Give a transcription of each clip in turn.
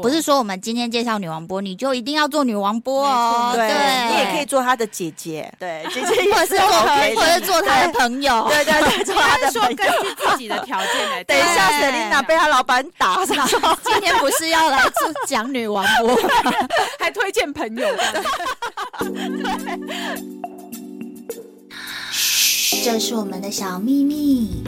不是说我们今天介绍女王波，你就一定要做女王波哦。对对，你也可以做他的姐姐，对，姐 姐也或者是 做可以或者是做他的朋友。对对 对，做他的说朋根友。据自己的哎条件 来定。等一下对，Selina 被她老板打，是吧 今天不是要来做讲女王波吗？还推荐朋 友这样。这是我们的小秘密。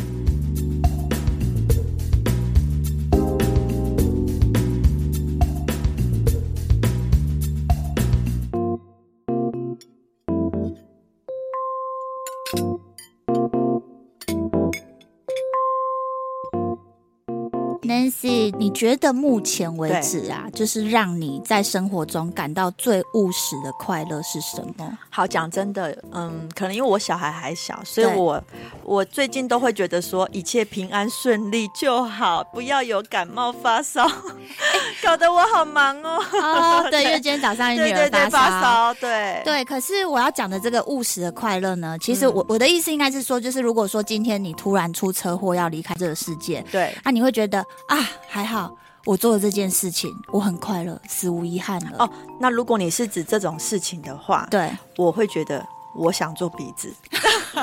Nancy，你觉得目前为止啊，就是让你在生活中感到最务实的快乐是什么？好，讲真的，嗯，可能因为我小孩还小，所以对我我最近都会觉得说一切平安顺利就好，不要有感冒发烧， 搞得我好忙哦。哦，对， 对因为今天早上你对女儿对对，发烧。烧，对对，可是我要讲的这个务实的快乐呢，其实嗯我、我的意思应该是说，就是如果说今天你突然出车祸要离开这个世界，对啊，你会觉得啊还好，我做了这件事情，我很快乐，死无遗憾了。哦，那如果你是指这种事情的话，对，我会觉得我想做鼻 子。对，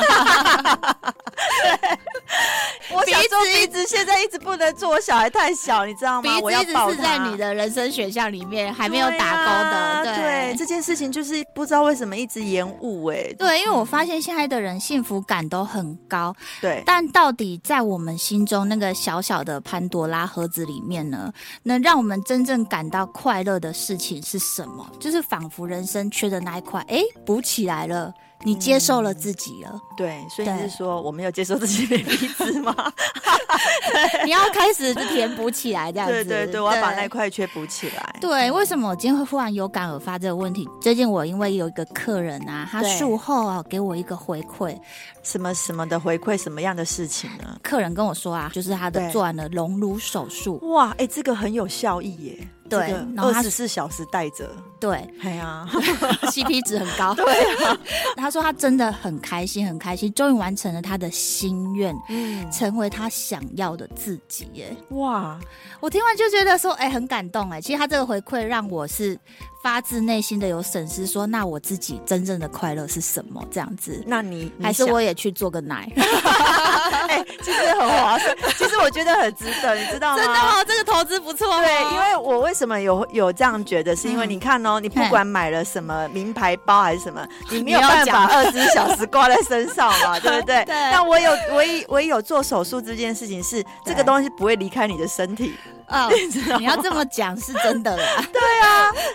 我想做鼻子，现在一直不能做，我小孩太小，你知道鼻吗？我要子一直抱是在他你的人生选项里面还没有打勾对的，啊,、对。这件事情，就是不知道为什么一直延误哎、对，因为我发现现在的人幸福感都很高，对但到底在我们心中那个小小的潘多拉盒子里面呢，能让我们真正感到快乐的事情是什么？就是仿佛人生缺的那一块，哎，补起来了，你接受了自己 了，对，所以你对是说我没有接受自己的鼻子吗？你要开始就填补起来， 这样子。对对对，我要把那块缺补起来。对，为什么我今天会忽然有感而发这个问题？最近我因为有一个客人啊，他对术后啊给我一个回馈，什么什么的回馈，什么样的事情呢？客人跟我说啊，就是他的对做完了隆乳手术，哇，哎、这个很有效益耶。对然后二它十四小时带着。对哎呀， ，CP 值很高。对啊， 他说他真的很开心，很开心，终于完成了他的心愿，嗯，成为他想要的自己。耶，哇，我听完就觉得说，哎、很感动。哎，其实他这个回馈让我是发自内心的有审视说那我自己真正的快乐是什么？这样子，那你还是 我。我也去做个奶？哎、其实很划算，其实我觉得很值得，你知道吗？真的哦，这个投资不错、哦。对，因为我为什么有有这样觉得，是因为嗯你看哦，你不管买了什么名牌包还是什么， 你没有你要办法讲二十小时挂在身上 嘛，对不对？对那我有我也我也有做手术这件事情是，这个东西不会离开你的 身体，哦，你要这么讲是真的 啦，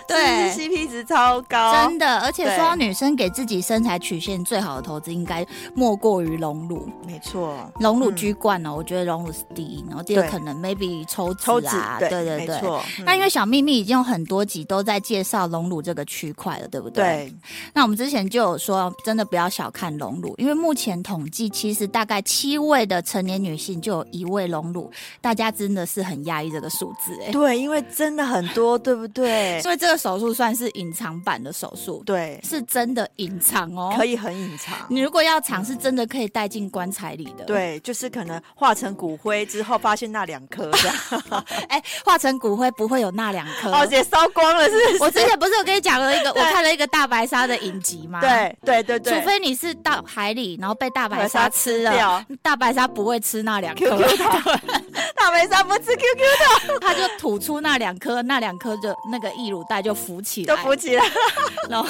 对是不是 CP 值超高，真的。而且说对到女生给自己身材曲线最好的投资，应该莫过于隆乳。没错。隆乳居冠呢、我觉得隆乳是第一，然后第二对可能 maybe 抽抽脂脂啊，，对对对没对。错。嗯那因为为小秘密已经有很多集都在介绍隆乳这个区块了，对不对？。对那我们之前就有说，真的不要小看隆乳，因为目前统计其实大概七位的成年女性就有一位隆乳，大家真的是很压抑这个数字哎、对，因为真的很多，对不对？所以这个手术算是隐藏版的手术，对，是真的隐藏哦。可以，以很隐 藏。你如果要藏，是真的可以带进棺材里的。，对，就是可能化成骨灰之后，发现那两颗这样，哎，化成骨灰不会有那两颗。 哦，也烧光了，是不是？ 我之前不是有跟你讲了一个，我对看了一个大白鲨的影集吗？。 对对对除对，非你是到海里，然后被大白鲨鲨吃吃掉了，大白鲨不会吃那两颗， QQ 大白鲨不吃 QQ 它就吐出那两颗，那两颗就那个易乳袋就浮起就来，浮起来，然后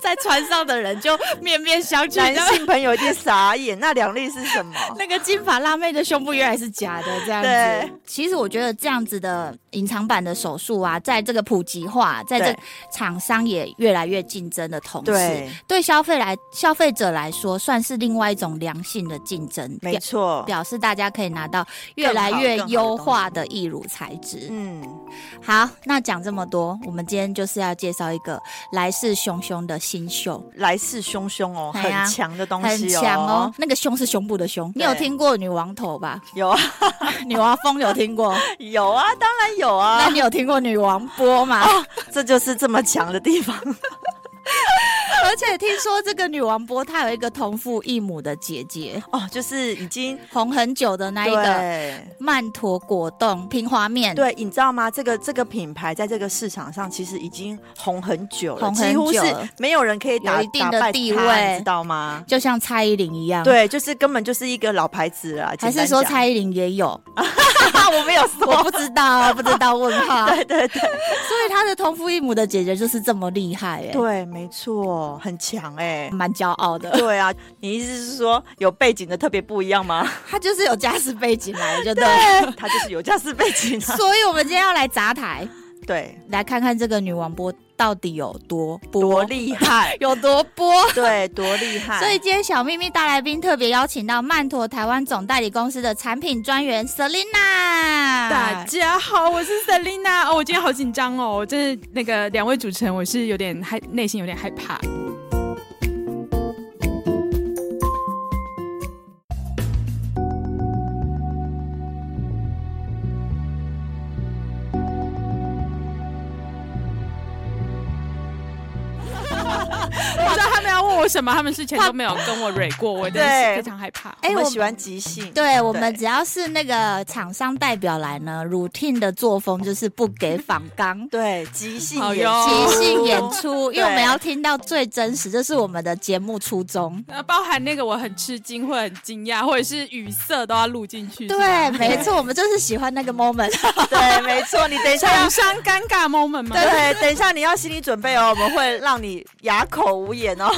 在船上的人就面面相觑， 男然后性朋友一定傻眼，那两粒是什么？那个金发辣妹的胸部原来是假的，这样子对。其实我觉得这样子的隐藏版的手术啊，在这个普及化，在这对厂商也越来越竞争的同时 对，对消费来消费者来说，算是另外一种良性的竞争，没表错，表示大家可以拿到越来越优化的义乳材质。嗯，好，那讲这么多，我们今天就是要介绍一个来势汹汹的新秀。来势汹汹哦，哎很呀强的东很西哦，强哦，那个胸是胸部的胸，你有对听过女王头吧？ 有啊女王风有听 过？有啊，当然有那啊，哦你有听过女王波吗？这就是这么强的地方，而且听说这个女王波她有一个同父异母的姐姐，哦，就是已经红很久的那一个对曼陀果冻平滑面，，对，你知道吗？这个这个品牌在这个市场上其实已经红很久了，红很几乎是久了没有人可以打有一定的打败地它位你知道吗？就像蔡依林一样，，对，就是根本就是一个老牌子了啦。还简单是说讲蔡依林也有？ 我没有我说，不知道，不知道问号。 对对对所以她的同父异母的姐姐就是这么厉害、欸，，对，没错，很强哎、蛮骄傲的。对啊，你意思是说有背景的特别不一样吗？ 她就是有家世背景来，就对了。他就是有家世背景 啊。所以我们今天要来砸台，对，来看看这个女王波到底有多波多厉 害，有多波。对，多厉害。哎所以今天小秘密大来宾特别邀请到曼陀台湾总代理公司的产品专员 Selina。大家好，我是 Selina。哦，我今天好紧张哦，我真的那个两位主持人，我是有点害，内心有点害 怕。我知道他们要问我什么，他们事前都没有跟我蕊过，我真的对是非常害怕。哎哎，我我喜欢即兴。对我对。们只要是那个厂商代表来呢，routine 的作风就是不给仿纲对，即兴好演哟出即兴演出，因为我们哦对要听到最真实，这是我们的节目初衷。那包含那个我很吃惊，或很惊讶，或者是语塞都要录进去。是吗对，没错，我们就是喜欢那个 moment。对，没错。你等一下要厂商尴尬 moment 吗？对，等一下你要心理准备哦，我们会让你哑口无言哦。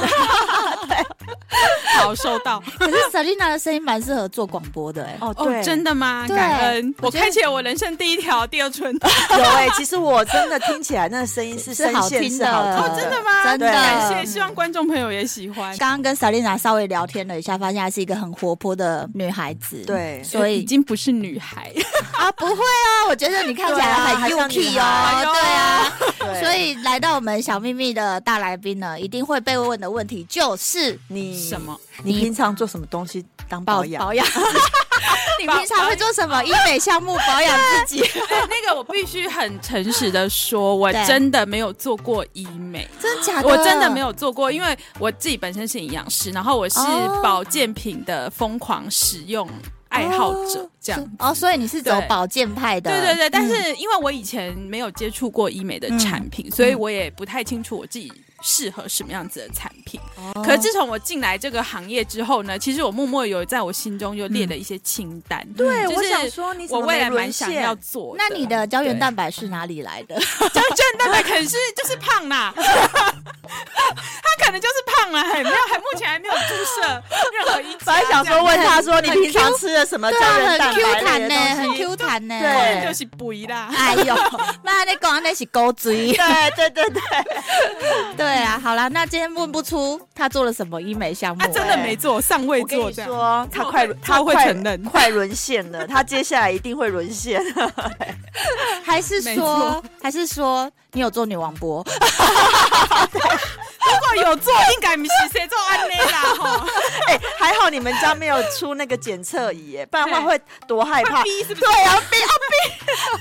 好收 到。可是 Selina 的声音蛮适合做广播的、哎。 哦哦，真的吗？对感恩，我我觉得呃开启了我人生第一条第二春。有哎、其实我真的听起来那个声音是是声好线听是的好听哦 真的吗真的，对感谢，希望观众朋友也喜欢。刚刚跟 Selina 稍微聊天了一下，发现她是一个很活泼的女孩子。对所以呃已经不是女孩，啊，不会啊，我觉得你看起来很对啊 U 还像女 K 孩哦，哟对啊。对所以来到我们小秘密的大来宾呢，一定会被问的问题就是你什？么？你你平常做什么东西当保保养？保养。 你平常会做什么医美项目保养自己？哎那个我必须很诚实的说，我对真的没有做过医美。 真假的？我真的没。有做过，因为我自己本身是营养师，然后我是哦保健品的疯狂使用爱好者，这样。哦，所以你是走对保健派的，对对对，嗯但是因为我以前没有接触过医美的产品，嗯所以我也不太清楚我自己适合什么样子的产品。哦可是自从我进来这个行业之后呢，其实我默默有在我心中就列了一些清单，嗯对，就是我想说你怎我么未没来蛮沦想陷？要做那你的胶原对蛋白是哪里来的？胶原蛋白可能是就是胖 啦，他可能就是胖啦，还没有还目前还没有注射任何一家。本来想说问他说你平常吃了什么胶对啊， 原蛋很 Q 白弹类呢，的 很东西？ Q 弹呢。这对样就是肥 啦。啊哎呦，那你讲那是狗 嘴。对对对对，对啊，好啦，那今天问不出他做了什么医美项目、啊，真的没做，尚未我跟做你这样。说，他快这我会他这我会快承认快沦陷了，他接下来一定会沦陷。哎还是没说错还是说你有做女王 波？如果哦有做，应该不是谁做安内 啦吼，哎，还好你们家没有出那个检测仪，哎不然的话对会多害怕。逼是不是？对 啊，逼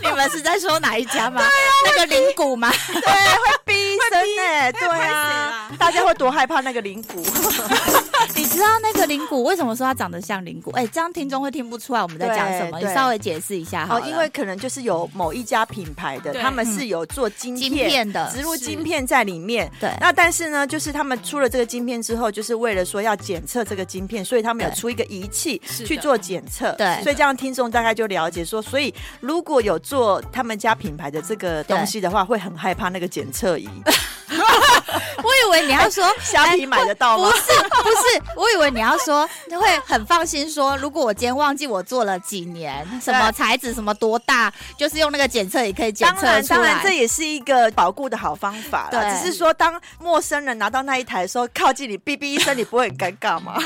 你们是在说哪一家吗？那个灵谷吗？ 对，会逼医生哎，对拍谁啊啦，大家会多害怕那个灵 哦骨。你知道那个灵谷为什么说它长得像灵 谷？哎、这样听众会听不出来我们在讲什么，对你稍微解释一下好哦了，因为可能就是有某一家品牌的，对他们是有做晶晶片的植入是晶片在里面。对那但是呢，就是他们出了这个晶片之后，就是为了说要检测这个晶片，所以他们有对出一个仪器是的去做检测。对所以这样听众大概就了解说，所以如果有做他们家品牌的这个东西的话，会很害怕那个检测仪。我以为你要说 哎虾皮买得到吗不？是不是，我以为你要说你会很放心说，如果我今天忘记我做了几年，什么材质，什么多大，就是用那个检测也可以检当测然，出来。当然，这也是一个保护的好方法啦。对只是说，当陌生人拿到那一台的时候，靠近你哔哔一声，你不会很尴尬吗？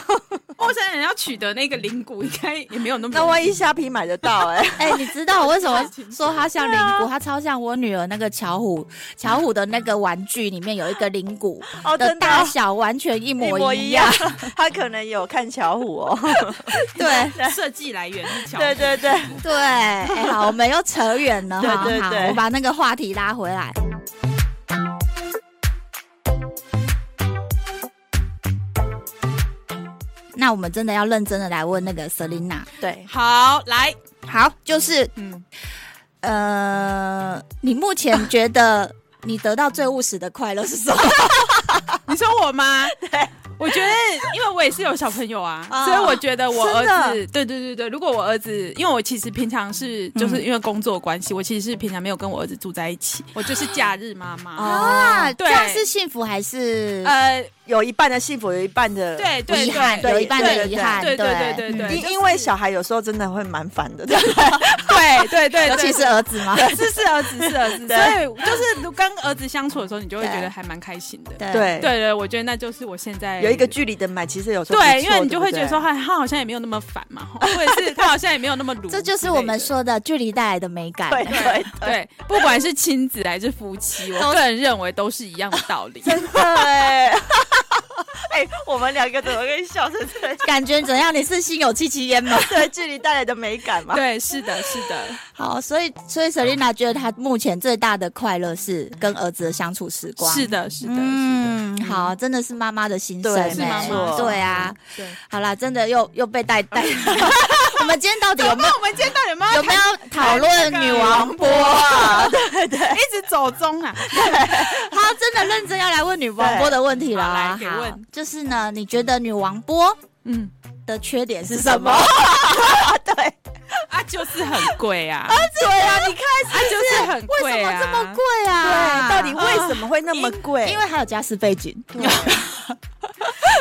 陌生人要取得那个灵骨，应该也没有那么。 那万一虾皮买得到、 哎， 哎、你知道我为什么说它像灵啊骨？它超像我女儿那个巧虎，巧虎的那个玩具里面有一个灵骨哦，的真的、大哦。小完全一一模模一一样样。， 他可能有 看巧虎哦。 对设计来源是巧，对对对，对，哎好，我们又扯远了哈。对对好对我把那个话题拉回来。那我们真的要认真的来问那个 Selina。对，好，来，好，就是嗯，呃，你目前觉得你得到最务实的快乐是什么？ 你说我吗？对，我觉得，因为我也是有小朋友啊，啊所以我觉得我真的儿子，对对对对，如果我儿子，因为我其实平常是就是嗯因为工作关系，我其实是平常没有跟我儿子住在一起，我就是假日妈哦妈。啊，哦对这样是幸福还是呃，有一半的幸福，有一半的对有对遗憾？呃对有一半的对遗憾，对对对对对因因为小孩有时候真的会蛮烦 的，对对对 对，尤其是儿子嘛，是是儿子是儿子，所 对以就是跟儿子相处的时候，你就会对觉得还蛮开心的。对对对对，我觉得那就是我现在有一个距离的买，其实有时候对，不错因为你就会觉对得不说，对哎，他好像也没有那么烦嘛，吼或者是他好像也没有那么鲁， 这就是我们。说的距离带来的美感。 对对对，对，不管是亲子还是夫妻，我个人认为都是一样的道理。真的哎， 哎，我们两个怎么可以笑成这样？感觉怎样？你是心有戚戚焉 吗？对，距离带来的美感嘛。对，是的，是的，好，所以所以 Selina 觉得她目前最大的快乐是跟儿子的相处时光。是的，是的，是嗯，好，真的是妈妈的心声、对欸，是妈妈没错对啊，的，对。好啦，真的又又被带 带。我们今天到底有没有我们今天到底有有没有讨论女 王波啊？一直走中啊？他真的认真要来问女王波的问题了啊。对好来给问好就是呢，你觉得女王波嗯的缺点是什么？ 啊，就是很贵啊，对啊，你看啊，就是很为贵什么啊，这么贵啊？对，到底为什么会那么贵？因为嗯还有家世背景，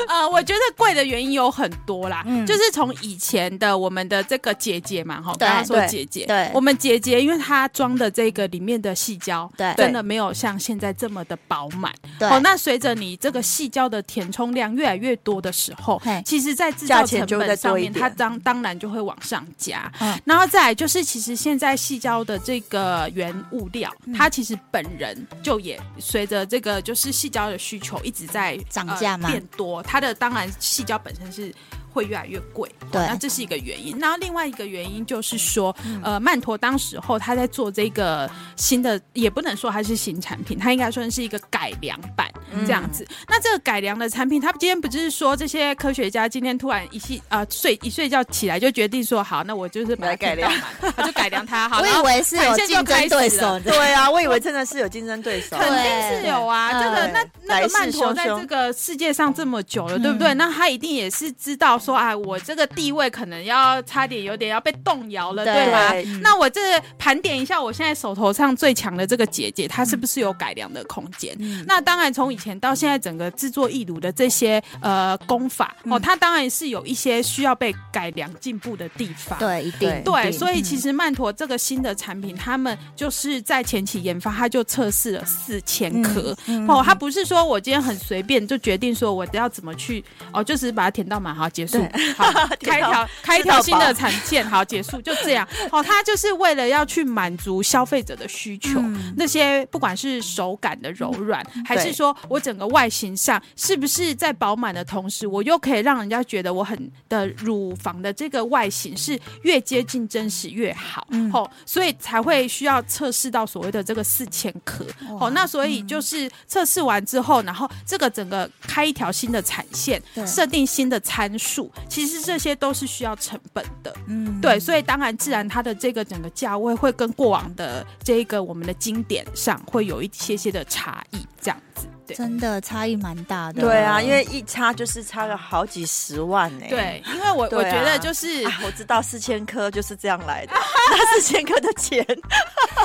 呃，我觉得贵的原因有很多啦，嗯就是从以前的我们的这个姐姐嘛，哈，对刚刚说对姐姐，对我们姐姐，因为她装的这个里面的细胶，对真的没有像现在这么的饱满。对哦，那随着你这个细胶的填充量越来越多的时候嘿，其实在制造价钱成就会本再上多一面，点它当当然就会往上加。嗯然后再来就是，其实现在细胶的这个原物料，嗯它其实本人就也随着这个就是细胶的需求一直在呃涨价嘛变多，它的当然细胶本身是。会越来越贵，对那这是一个原因。然后另外一个原因就是说，嗯呃，曼陀当时候他在做这个新的，也不能说它是新产品，它应该算是一个改良版嗯这样子。那这个改良的产品，它今天不是说这些科学家今天突然一系啊、睡一睡觉起来就决定说，好，那我就是把它来改良填到 满，他就改良它。好，我然后以为是有产线就竞开争对始了手的。对啊，我以为真的是有竞争对手。啊对肯定是有啊，对嗯这个嗯那那来个势曼陀在汹汹这个世界上这么久了，对不对？那他一定也是知道说，哎，我这个地位可能要差点有点要被动摇了，对嗯对吧对？那我这盘点一下，我现在手头上最强的这个姐姐，她是不是有改良的空间？嗯那当然，从以前到现在，整个制作易炉的这些呃功法嗯哦，它当然是有一些需要被改良进步的地方。对，一嗯定对，一定所以其实曼陀这个新的产品，他们就是在前期研发，他就测试了四千嗯颗哦，他不是说我今天很随便就决定说我要怎么去哦，就只是把它填到满，好结束，好开一条开一条新的产线，好结束，就这样哦，他就是为了要去满足消费者的需求，嗯那些不管是手感的柔软，还是对说我整个外形上是不是在饱满的同时，我又可以让人家觉得我很的乳房的这个外形是越接近真实越好，哦，所以才会需要测试到所谓的这个四千克，哦，那所以就是测试完之后，然后这个整个开一条新的产线，对设定新的参数，其实这些都是需要成本的，嗯，对，所以当然自然它的这个整个价位会跟过往的这个我们的经典上会有一些些的差异，这样子，对。真的差异蛮大的。对啊，因为一差就是差了好几十万呢、对，因为我、对啊我觉得就是啊，我知道四千颗就是这样来的， 那四千颗的钱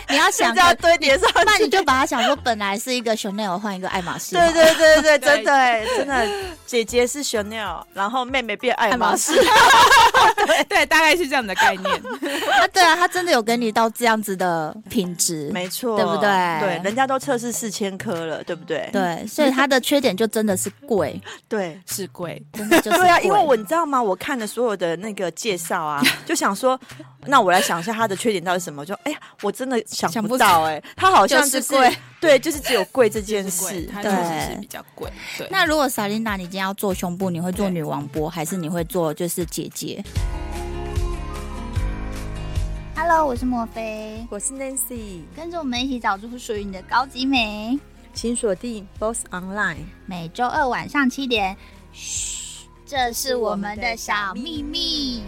你要现想在要个堆叠上那你去。就把它想说，本来是一个 Chanel 换一个爱马仕，对，对对 对对，真的欸真的，姐姐是 Chanel，然后妹妹变爱马仕，对，大概是这样的概念。啊对啊，它真的有给你到这样子的品质，没错，对不对对，人家都测试四千颗了，对不对？对，所以它的缺点就真的是贵，对是贵，真的就是对啊，因为贵我你知道吗？我看了所有的那个介绍啊，就想说，那我来想一下它的缺点到底是什么。就哎呀，我真的想想不不到哎、它好像就是是贵， 对，就是只有贵这件 就是事贵，，它对确实是比较贵。对，那如果 Salina 你今天要做胸部，你会做对女王波，还是你会做就是姐姐？ Hello，我是莫菲，我是 Nancy，跟着我们一起找出属于你的高级美。请锁定 Boss Online。每周二晚上七点，嘘，这是我们的小秘密。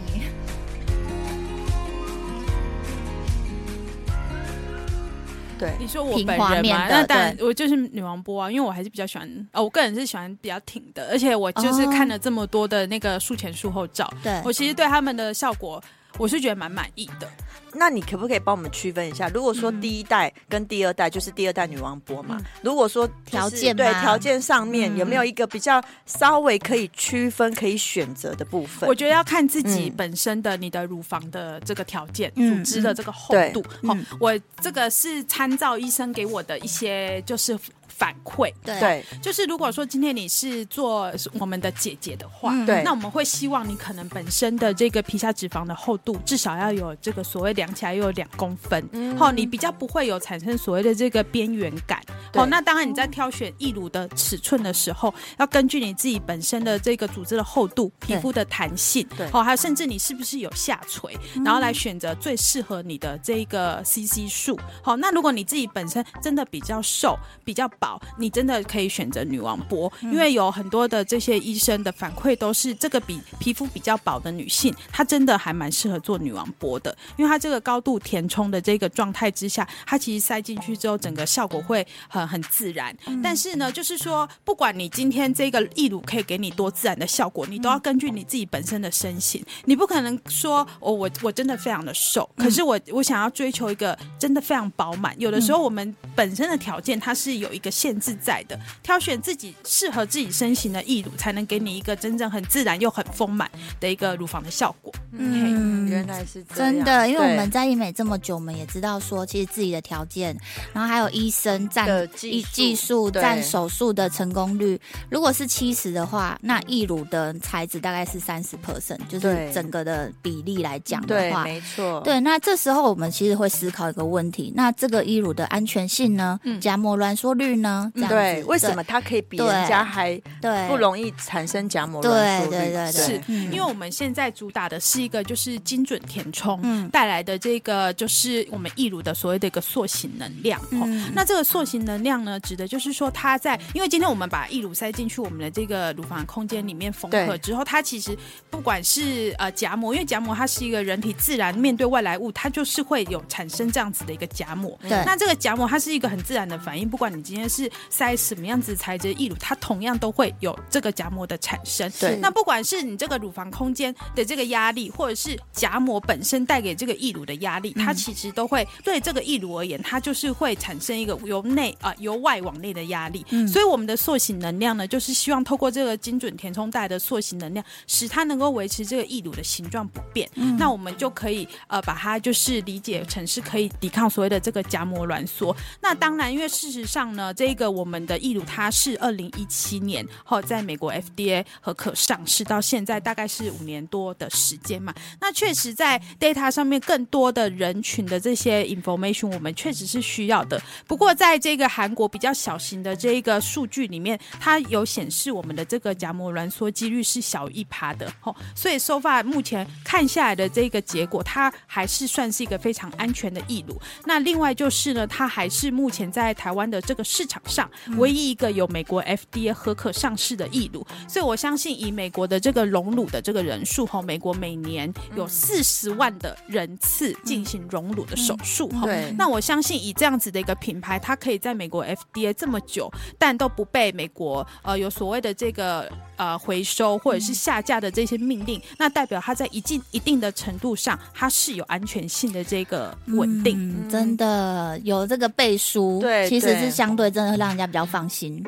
对，你说我平本滑人面嘛，的那当然我就是女王波啊，因为我还是比较喜欢，呃，我个人是喜欢比较挺的，而且我就是哦看了这么多的那个术前术后照，对我其实对他们的效果，我是觉得蛮满意的。那你可不可以帮我们区分一下？如果说第一代跟第二代，就是第二代女王波嘛，如果说就是条件对吗条件上面嗯有没有一个比较稍微可以区分、可以选择的部分？我觉得要看自己嗯本身的你的乳房的这个条件、嗯组织的这个厚对度。嗯好、我这个是参照医生给我的一些就是反馈，对对就是如果说今天你是做我们的姐姐的话，嗯对那我们会希望你可能本身的这个皮下脂肪的厚度至少要有这个所谓量起来又有两公分，嗯好、你比较不会有产生所谓的这个边缘感。对嗯好、那当然你在挑选义乳的尺寸的时候，要根据你自己本身的这个组织的厚度、皮肤的弹性对，好、还有甚至你是不是有下垂，然后来选择最适合你的这个 CC 数。好、那如果你自己本身真的比较瘦、比较薄，你真的可以选择女王波，因为有很多的这些医生的反馈都是这个比皮肤比较薄的女性，她真的还蛮适合做女王波的，因为它这个高度填充的这个状态之下，它其实塞进去之后，整个效果会很很自然。嗯但是呢，就是说，不管你今天这个义乳可以给你多自然的效果，你都要嗯根据你自己本身的身形，你不可能说哦，我我真的非常的瘦，可嗯是我我想要追求一个真的非常饱满。有的时候我们本身的条件它是有一个限制在的，挑选自己适合自己身形的义乳，才能给你一个真正很自然又很丰满的一个乳房的效果。嗯。来是这样真的，因为我对们在医美这么久，我们也知道说，其实自己的条件，然后还有医生占的技医术技术对占手术的成功率，如果是七十的话，那义乳的材质大概是三十 percent，就是对整个的比例来讲的对，话，没错，对，那这时候我们其实会思考一个问题：那这个义乳的安全性呢？嗯假膜挛缩率呢？这样子嗯对，为什么它可以比对人家还对不容易产生假膜对挛缩率？对对对，是嗯因为我们现在主打的是一个就是精准填充嗯带来的这个就是我们义乳的所谓的一个塑形能量。哦嗯那这个塑形能量呢，指的就是说它在，因为今天我们把义乳塞进去我们的这个乳房空间里面缝合对之后，它其实不管是呃夹膜，因为夹膜它是一个人体自然面对外来物，它就是会有产生这样子的一个夹膜。对那这个夹膜它是一个很自然的反应，不管你今天是塞什么样子材质的义乳，它同样都会有这个夹膜的产生。对那不管是你这个乳房空间的这个压力，或者是夹膜本身带给这个义乳的压力，它其实都会对这个义乳而言，它就是会产生一个由内啊、由外往内的压力。所以我们的塑形能量呢，就是希望透过这个精准填充带的塑形能量，使它能够维持这个义乳的形状不变。那我们就可以呃把它就是理解成是可以抵抗所谓的这个夹膜挛缩。那当然，因为事实上呢，这个我们的义乳它是二零一七年后在美国 FDA 和可上市到现在大概是五年多的时间嘛。那确实在 data 上面更多的人群的这些 information 我们确实是需要的。不过在这个韩国比较小型的这一个数据里面，它有显示我们的这个夹膜挛缩几率是小于一趴的吼、所以 so far 目前看下来的这个结果，它还是算是一个非常安全的义乳。那另外就是呢，它还是目前在台湾的这个市场上唯一一个有美国 FDA 合可上市的义乳，所以我相信以美国的这个隆乳的这个人数哈，美国每年有四十万的人次进行隆乳的手术嗯哈、对那我相信以这样子的一个品牌，它可以在美国 FDA 这么久，但都不被美国呃有所谓的这个呃回收或者是下架的这些命令，那代表它在一定一定的程度上，它是有安全性的这个稳定。嗯真的有这个背书，对其实对是相对真的会让人家比较放心。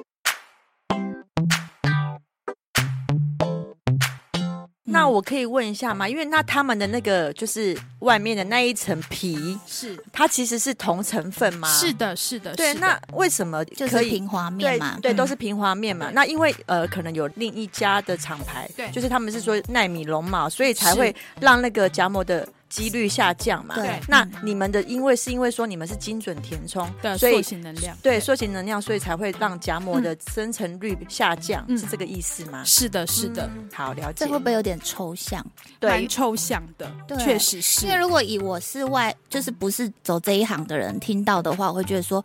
那嗯我可以问一下吗？因为那他们的那个就是外面的那一层皮，是它其实是同成分吗？是，的，是的，对。是的那为什么嗯就是可以平滑面对嘛，对，嗯都是平滑面嘛。对那因为呃，可能有另一家的厂牌，对嗯就是他们是说纳米绒毛，所以才是会让那个夹膜的几率下降嘛。对嗯那你们的因为是因为说你们是精准填充，的所以塑形能量。对塑形能量，所以才会让荚膜嗯的生成率下降，嗯是这个意思吗？是的，是的，好，了解。这会不会有点抽象？蛮嗯对抽象的，对确实是因为。如果以我是外，就是不是走这一行的人听到的话，我会觉得说，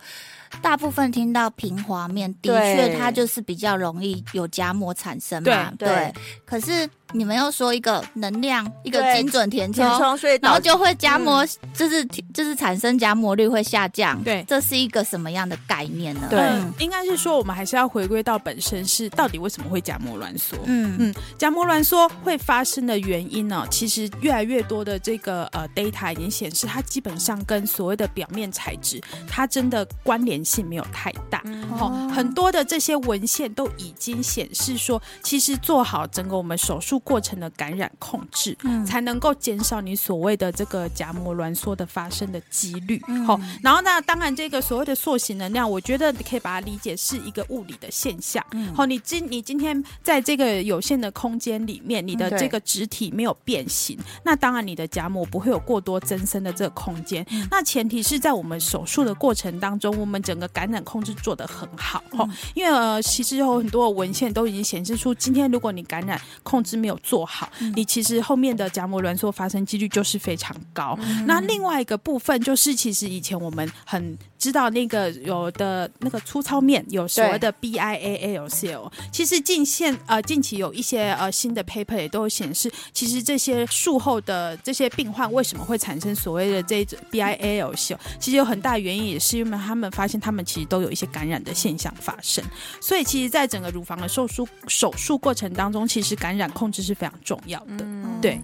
大部分听到平滑面，的对确它就是比较容易有夹膜产生嘛，对对可是你们又说一个能量，一个对精准填充填。充，所以然后导致就会嗯夹膜，就是就是产生夹膜率会下降，对这是一个什么样的概念呢？对嗯应该是说我们还是要回归到本身是到底为什么会荚膜挛缩。嗯嗯，荚膜挛缩会发生的原因呢、其实越来越多的这个呃 data 已经显示，它基本上跟所谓的表面材质，它真的关联性没有太大。嗯哦，很多的这些文献都已经显示说，其实做好整个我们手术过程的感染控制，嗯才能够减少你所谓的这个荚膜挛缩的发生的几率。嗯好、然后那当然这个所谓的塑形能量，我觉得你可以把它理解是一个物理的现象。好、你今你今天在这个有限的空间里面，你的嗯对这个肢体没有变形，那当然你的荚膜不会有过多增生的这个空间。那前提是在我们手术的过程当中，我们整个感染控制做得很好哦，因为呃，其实有很多的文献都已经显示出，今天如果你感染控制没有做好，你其实后面的荚膜挛缩发生几率就是非常高。那另外一个部分就是，其实以前我们很知道那个有的那个粗糙面有所谓的 BIAALCL，其实近现呃近期有一些呃新的 paper 也都显示，其实这些术后的这些病患为什么会产生所谓的这一种 BIALCL，其实有很大原因也是因为他们发现他们其实都有一些感染的现象发生，所以其实，在整个乳房的手术手术过程当中，其实感染控制是非常重要嗯的。对，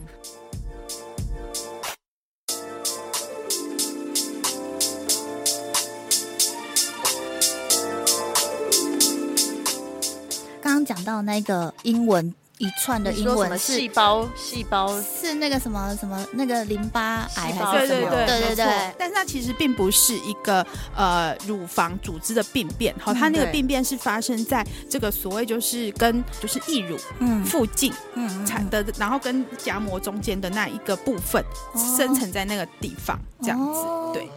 刚刚讲到那个英文一串的你英说什文么是细胞细胞是那个什么什么那个淋巴癌细胞还是什么？对对对对对没错对但是它其实并不是一个呃乳房组织的病变，嗯好，它那个对病变是发生在这个所谓就是跟就是义乳嗯附近嗯产的，然后跟荚膜中间的那一个部分哦生成在那个地方，这样子哦，对，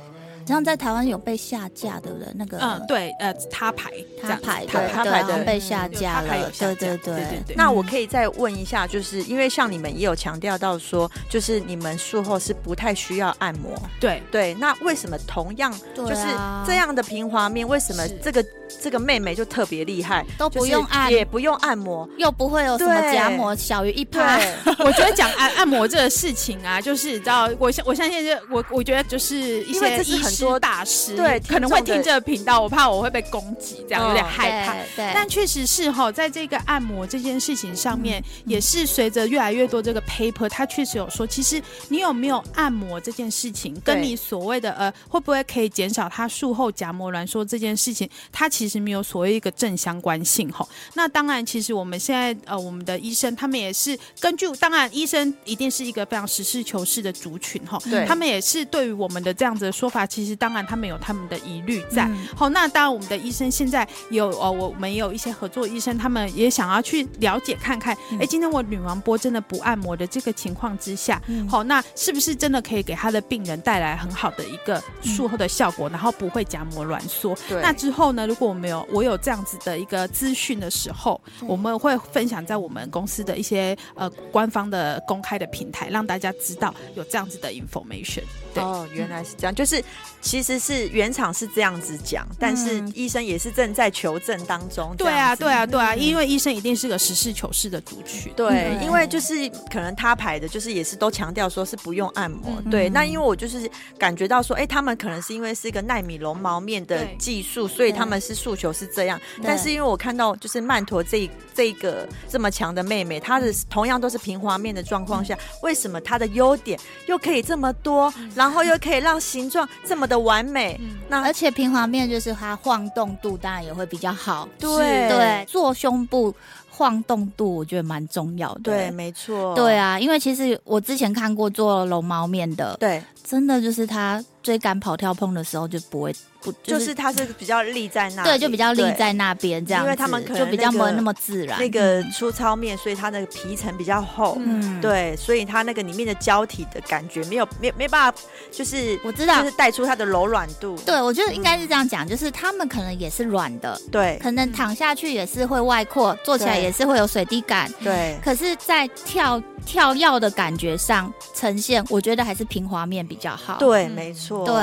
像在台湾有被下架，对不对？那个嗯，对，呃，他牌，这他样子牌的他对牌他牌好像的被下嗯有架他牌有了，下对架对对对对那我嗯可以再问一下，就是因为像你们也有强调到说，就是你们术后是不太需要按摩，对。对？那为什么同样就对是啊这样的平滑面，为什么是这个这个妹妹就特别厉害，都不用按就是也不用按摩？又不会有什么夹膜小于一趴， 我觉得讲按按摩这个事情啊，就是你知道，我相我相信是我我觉得就是一因为些这是医很师多大师，对可能会听听众的这个频道，我怕我会被攻击，这样有点嗯害怕。对对，但确实是哈，在这个按摩这件事情上面，也是随着越来越多这个 paper，它确实有说，其实你有没有按摩这件事情，跟你所谓的呃会不会可以减少它术后荚膜挛缩这件事情，它其实没有所谓一个正相关性哈。那当然，其实我们现在呃我们的医生他们也是根据，当然医生一定是一个非常实事求是的族群哈，对他们也是对于我们的这样子的说法，其实当然他们有他们的疑虑在。好，那当然我们的医生现在有呃，我们也有一些合作医生，他们也想要去了解看看，嗯哎、今天我女王波真的不按摩的这个情况之下，嗯好、那是不是真的可以给他的病人带来很好的一个术后的效果，然后不会夹膜挛缩？嗯对那之后呢，如果我们有我有这样子的一个资讯的时候，对嗯我们会分享在我们公司的一些呃官方的公开的平台，让大家知道有这样子的 information。对哦，原来是这样，就是其实是原厂是这样子讲，但是嗯医生也是正在求证当中。对啊，这对样子嗯啊，对啊，因为医生一定是个实事求是的族群。对，对因为就是可能他排的，就是也是都强调说是不用按摩。嗯对，嗯那因为我就是感觉到说，哎，他们可能是因为是一个纳米绒毛面的对技术，所以他们是诉求是这样。但是因为我看到就是曼陀这一这个这么强的妹妹，她的同样都是平滑面的状况下，为什么她的优点又可以这么多，然后又可以让形状这么的完美？嗯那而且平滑面就是它晃动度当然也会比较好，对对，做胸部晃动度我觉得蛮重要的，欸对，没错，对啊，因为其实我之前看过做龙猫面的，对真的就是他追赶跑跳碰的时候就不会不就是它是比较立在那里，对，就比较立在那边这样子，因为他们可能就比较那没个有那么自然。那个粗糙面，所以它的皮层比较厚，嗯，对，所以它那个里面的胶体的感觉没有没没办法，就是我知道就是带出它的柔软度，对，我觉得应该是这样讲，就是他们可能也是软的，对嗯可能躺下去也是会外扩，坐起来对也是会有水滴感。对可是，在跳跳跃的感觉上呈现，我觉得还是平滑面比较好。对，嗯没错，对，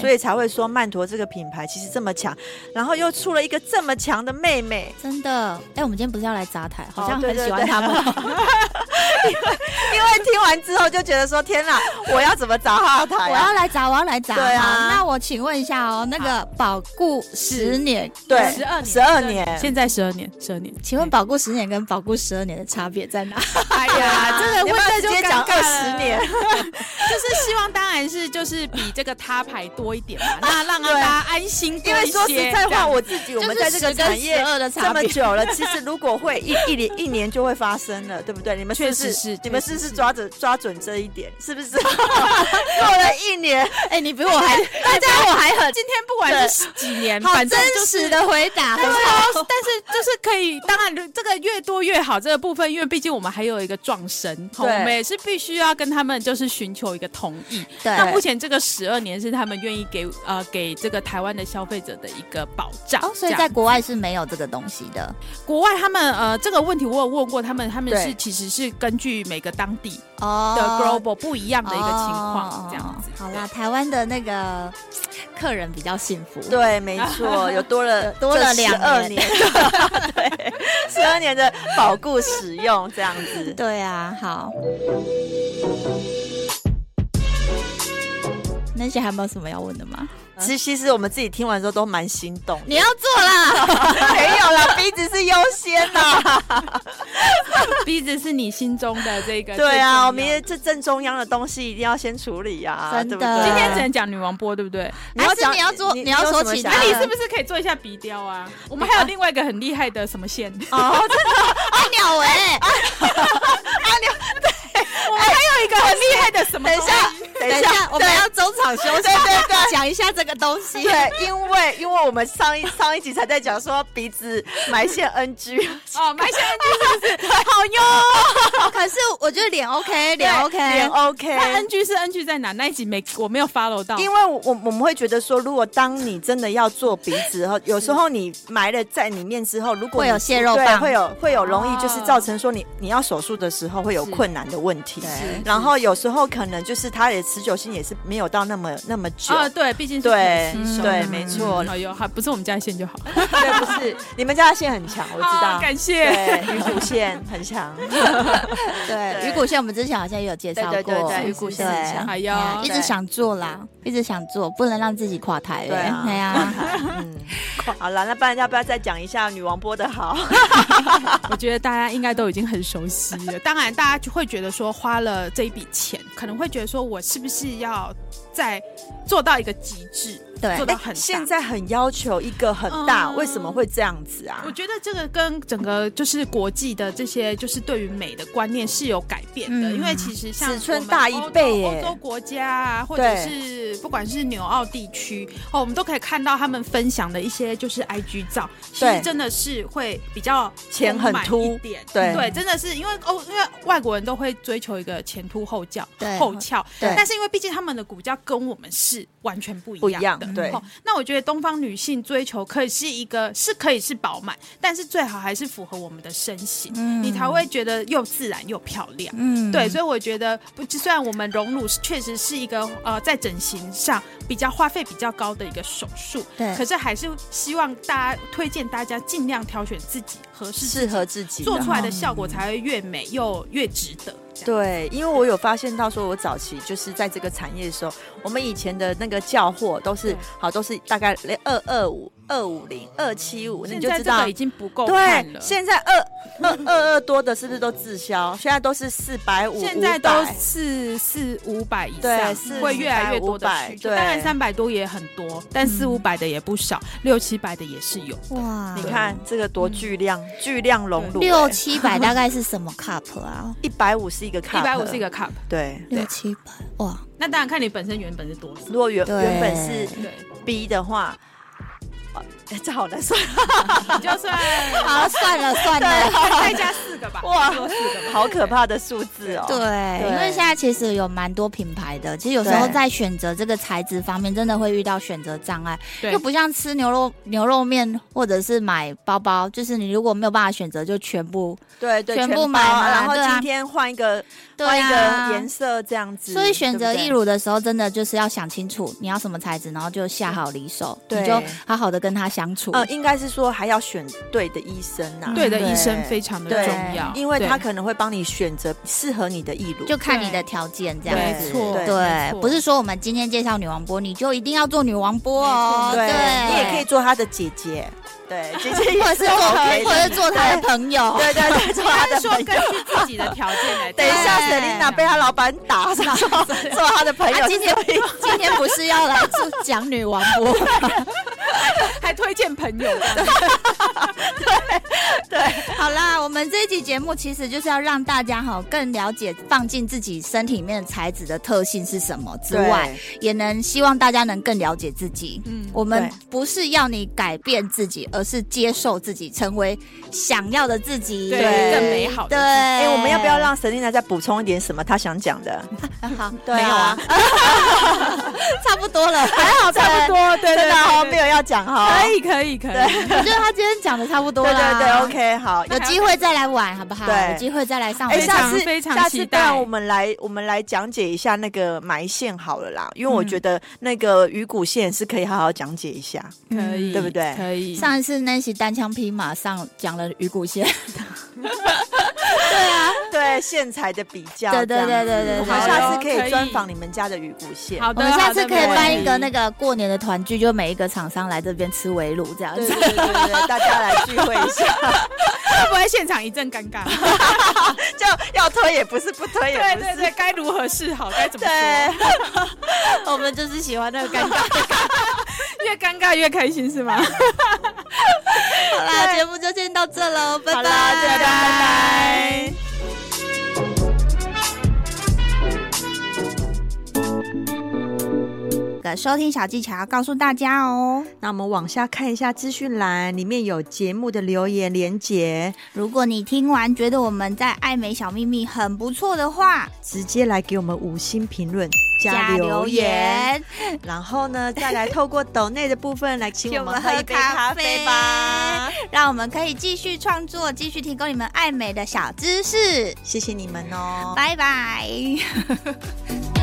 所以才会说曼陀这个品牌其实这么强，然后又出了一个这么强的妹妹，真的，哎、我们今天不是要来砸台，好像哦对很对喜欢对他们。 因为听完之后就觉得说天哪，我要怎么砸他的台我啊？要来砸，我要来砸。对啊好那我请问一下哦，那个保固十年，对十二年， 12年现在十二年，十二年。请问保固十年跟保固十二年的差别在哪？哎呀，真的你要问不要这直就接尴讲尬二了十 年，就是希望当然是就是比这个他牌多一点嘛，那让大家安心多因为一些。说实在这样话，我自己我们在这个产业十二的差这么别。久了，其实如果会一一年一年就会发生了，对不对？你们是不确实是是你们确是实不是是抓准抓准这一点？是 不是？过了一年，哎、你比我还，大家我还狠，今天不管是几年，好嗯反正真就是实的回答，对啊，但是就是可以，当然这个越多越好，这个部分，因为毕竟我们还有一个撞生，好我对们也是必须要跟他们就是寻求一个同意。对那目前这个十二年是他们愿意给呃给这个台湾的消费者的一个保障。哦，所以这样在国外是没有这个东西的国外他们呃这个问题我有问过他们，他们对是其实是根据每个当地哦的 global 不一样的一个情哦况这样子。好啦，台湾的那个客人比较幸福， 对，没 错，有多了多了两二年年， 对，十二年的保固使用这样子。对啊，好。那些还有没有什么要问的吗？其实其实我们自己听完之后都蛮心动 的，你要做啦，没有啦，鼻子是优先 啦。对鼻子是你心中的这个对啊，我们明也这正中央的东西一定要先处理呀，真对不的对今天只能讲女王波，对不对？还是你要做你要有说什么其想他那要你的是不是可以做一下鼻雕啊？我们还哎有另外一个很厉害的什么线？哦我爱鸟欸喂、 啊们还有一个很厉害的什么？哎等 等一下，等一一下下，，我们要中场休息，对对对讲一下这个东西。 对，因为因为我们上一上一集才在讲说鼻子埋线 NG，哦，埋线哎是不是？好哟，可是我觉得脸 OK，脸对 OK，脸 OK，那 NG 是 NG 在哪？那一集没我没有 follow 到，哦因为我我们会觉得说，如果当你真的要做鼻子后，有时候你埋了在里面之后，如果会你有蟹肉对，棒会有会有容易哦就是造成说你你要手术的时候会有是困难的问题对，然后有时候可能就是它的持久性也是没有到那么那么久。哦啊，对，毕竟是对可吸收对的没错嗯好哟，还不是我们家的线就好。对，不是 你们家的线很强，我知道哦啊，感谢。对，鱼骨线 很强，对，对鱼骨线我们之前好像也有介绍过，对对对对是鱼骨线对很强哎呦哎呀一直对想做啦，一直想做，不能让自己垮台。对啊哎呀，嗯，好了，那不然要不要再讲一下女王波的好？我觉得大家应该都已经很熟悉了。当然，大家就会觉得说花了这一笔钱，可能会觉得说我是不是要再做到一个极致，对 做到很大。现在很要求一个很大，嗯为什么会这样子啊我？觉得这个跟整个就是国际的这些就是对于美的观念是有改变的，嗯因为其实像尺寸我们大一倍欧洲耶欧洲国家啊，或者是不管是纽澳地区哦，我们都可以看到他们分享的一些就是 IG 照，其实对真的是会比较钱很丰满凸一点，对对，真的是因为欧因为外国人都会追求一个前凸后翘嗯对后翘，对但是因为毕竟他们的骨架跟我们是完全不一不一样样的，对哦那我觉得东方女性追求可以是一个是可以是饱满，但是最好还是符合我们的身形，嗯你才会觉得又自然又漂亮。嗯，对，所以我觉得不，虽然我们隆乳是确实是一个呃在整形上比较花费比较高的一个手术，对可是还是希望大家推荐大家尽量挑选自己合适自适己合自己的做出来的效果才会越美又越值得。这样对，因为我有发现到，说我早期就是在这个产业的时候，我们以前的那个叫货都是对好，都是大概二二五、二五零、二七五，那你现就在知这个道已。经不够看对，了。现在二二二二多的是不是都滞销？现在都是四百五，现在都500四四五百以对上四，会越来越多的500需求。对嗯当然三百多也很多，但四五百的也不少，六七百的也是有。哇，你看这个嗯多巨量，巨量隆乳，六七百大概是什么 cup 啊？一百五是一个卡，一百五是一个 cup，对六对。七百，哇，那当然看你本身原本是多少。如果原对原本是对， B 的话，呃、这好难算，你就 算好，算了算了。再加四个吧，哇多四个吧，好可怕的数字哦。对，对因为现在其实有蛮多品牌的，其实有时候对在选择这个材质方面，真的会遇到选择障碍，对又不像吃牛肉牛肉面或者是买包包，就是你如果没有办法选择，就全部对对，全部包买嘛然后对啊今天换一个对换一啊个颜色这样子，所以选择对不对义乳的时候，真的就是要想清楚你要什么材质，然后就下好离手，对你就好好的跟他相处。呃，应该是说还要选对的医生呐、对的医生非常的对重要，因为他对可能会帮你选择适合你的义乳。就看你的条件这样对子，没错对，没错不是说我们今天介绍女王波，你就一定要做女王波哦，对，你也可以以，做他的姐姐，对，姐 姐或者也是 是做， OK 或者是的。做他的朋 友，对对对，做他他的是说朋根友。据自己的条件来定。等一下对，Selina 被他老板打，然 后做他的朋友啊，今天 今天不是要来做讲女王波 吗，还推荐朋友这样子，好啦，我们这一集节目其实就是要让大家哈更了解放进自己身体里面的材质的特性是什么之外，也能希望大家能更了解自己。嗯，我们对不是要你改变自己，而是接受自己，成为想要的自己，对更美好的对，自己哎，我们要不要让 Selina 再补充一点什么她想讲 的？好？ 对啊没有啊，差不多了，还好差不。多，对啊真的哦，没对有要讲哈。可以可以可以，我觉得他今天讲的差不多对了，对对，OK，好。有机会再来玩好不好？对有机会再来上我哎，们非的下常次非常下期次待当然我们来我们来讲解一下那个埋线好了啦，因为我嗯觉得那个鱼骨线是可以好好讲解一下。可以，嗯对不对可以，上一次 Nancy 单枪匹马上讲了鱼骨 线，对啊，对线材的比较，对对这样子对对对我们好下次哟可可以以专访你们家的鱼骨线。好我的，们下好的次可以没问办一个题那个过年的团聚，就每一个厂商来这边吃围炉这样对子对。对对对，大家来聚会一下，会不会现场一阵尴尬？就要推也不是，不推也 对不对是。 对，该如何是好，该怎么说？对， 我们就是喜欢那个尴尬。越尴尬越开心是吗？好啦，节目就先到这喽，拜好拜，啦，就这样，拜拜。个收听小技巧要告诉大家哦，那我们往下看一下资讯栏，里面有节目的留言连结，如果你听完觉得我们在爱美小秘密很不错的话，直接来给我们五星评论加留言，然后呢，再来透过抖内的部分来请我们喝一杯咖啡 吧。让我们可以继续创作，继续提供你们爱美的小知识。谢谢你们哦，拜拜。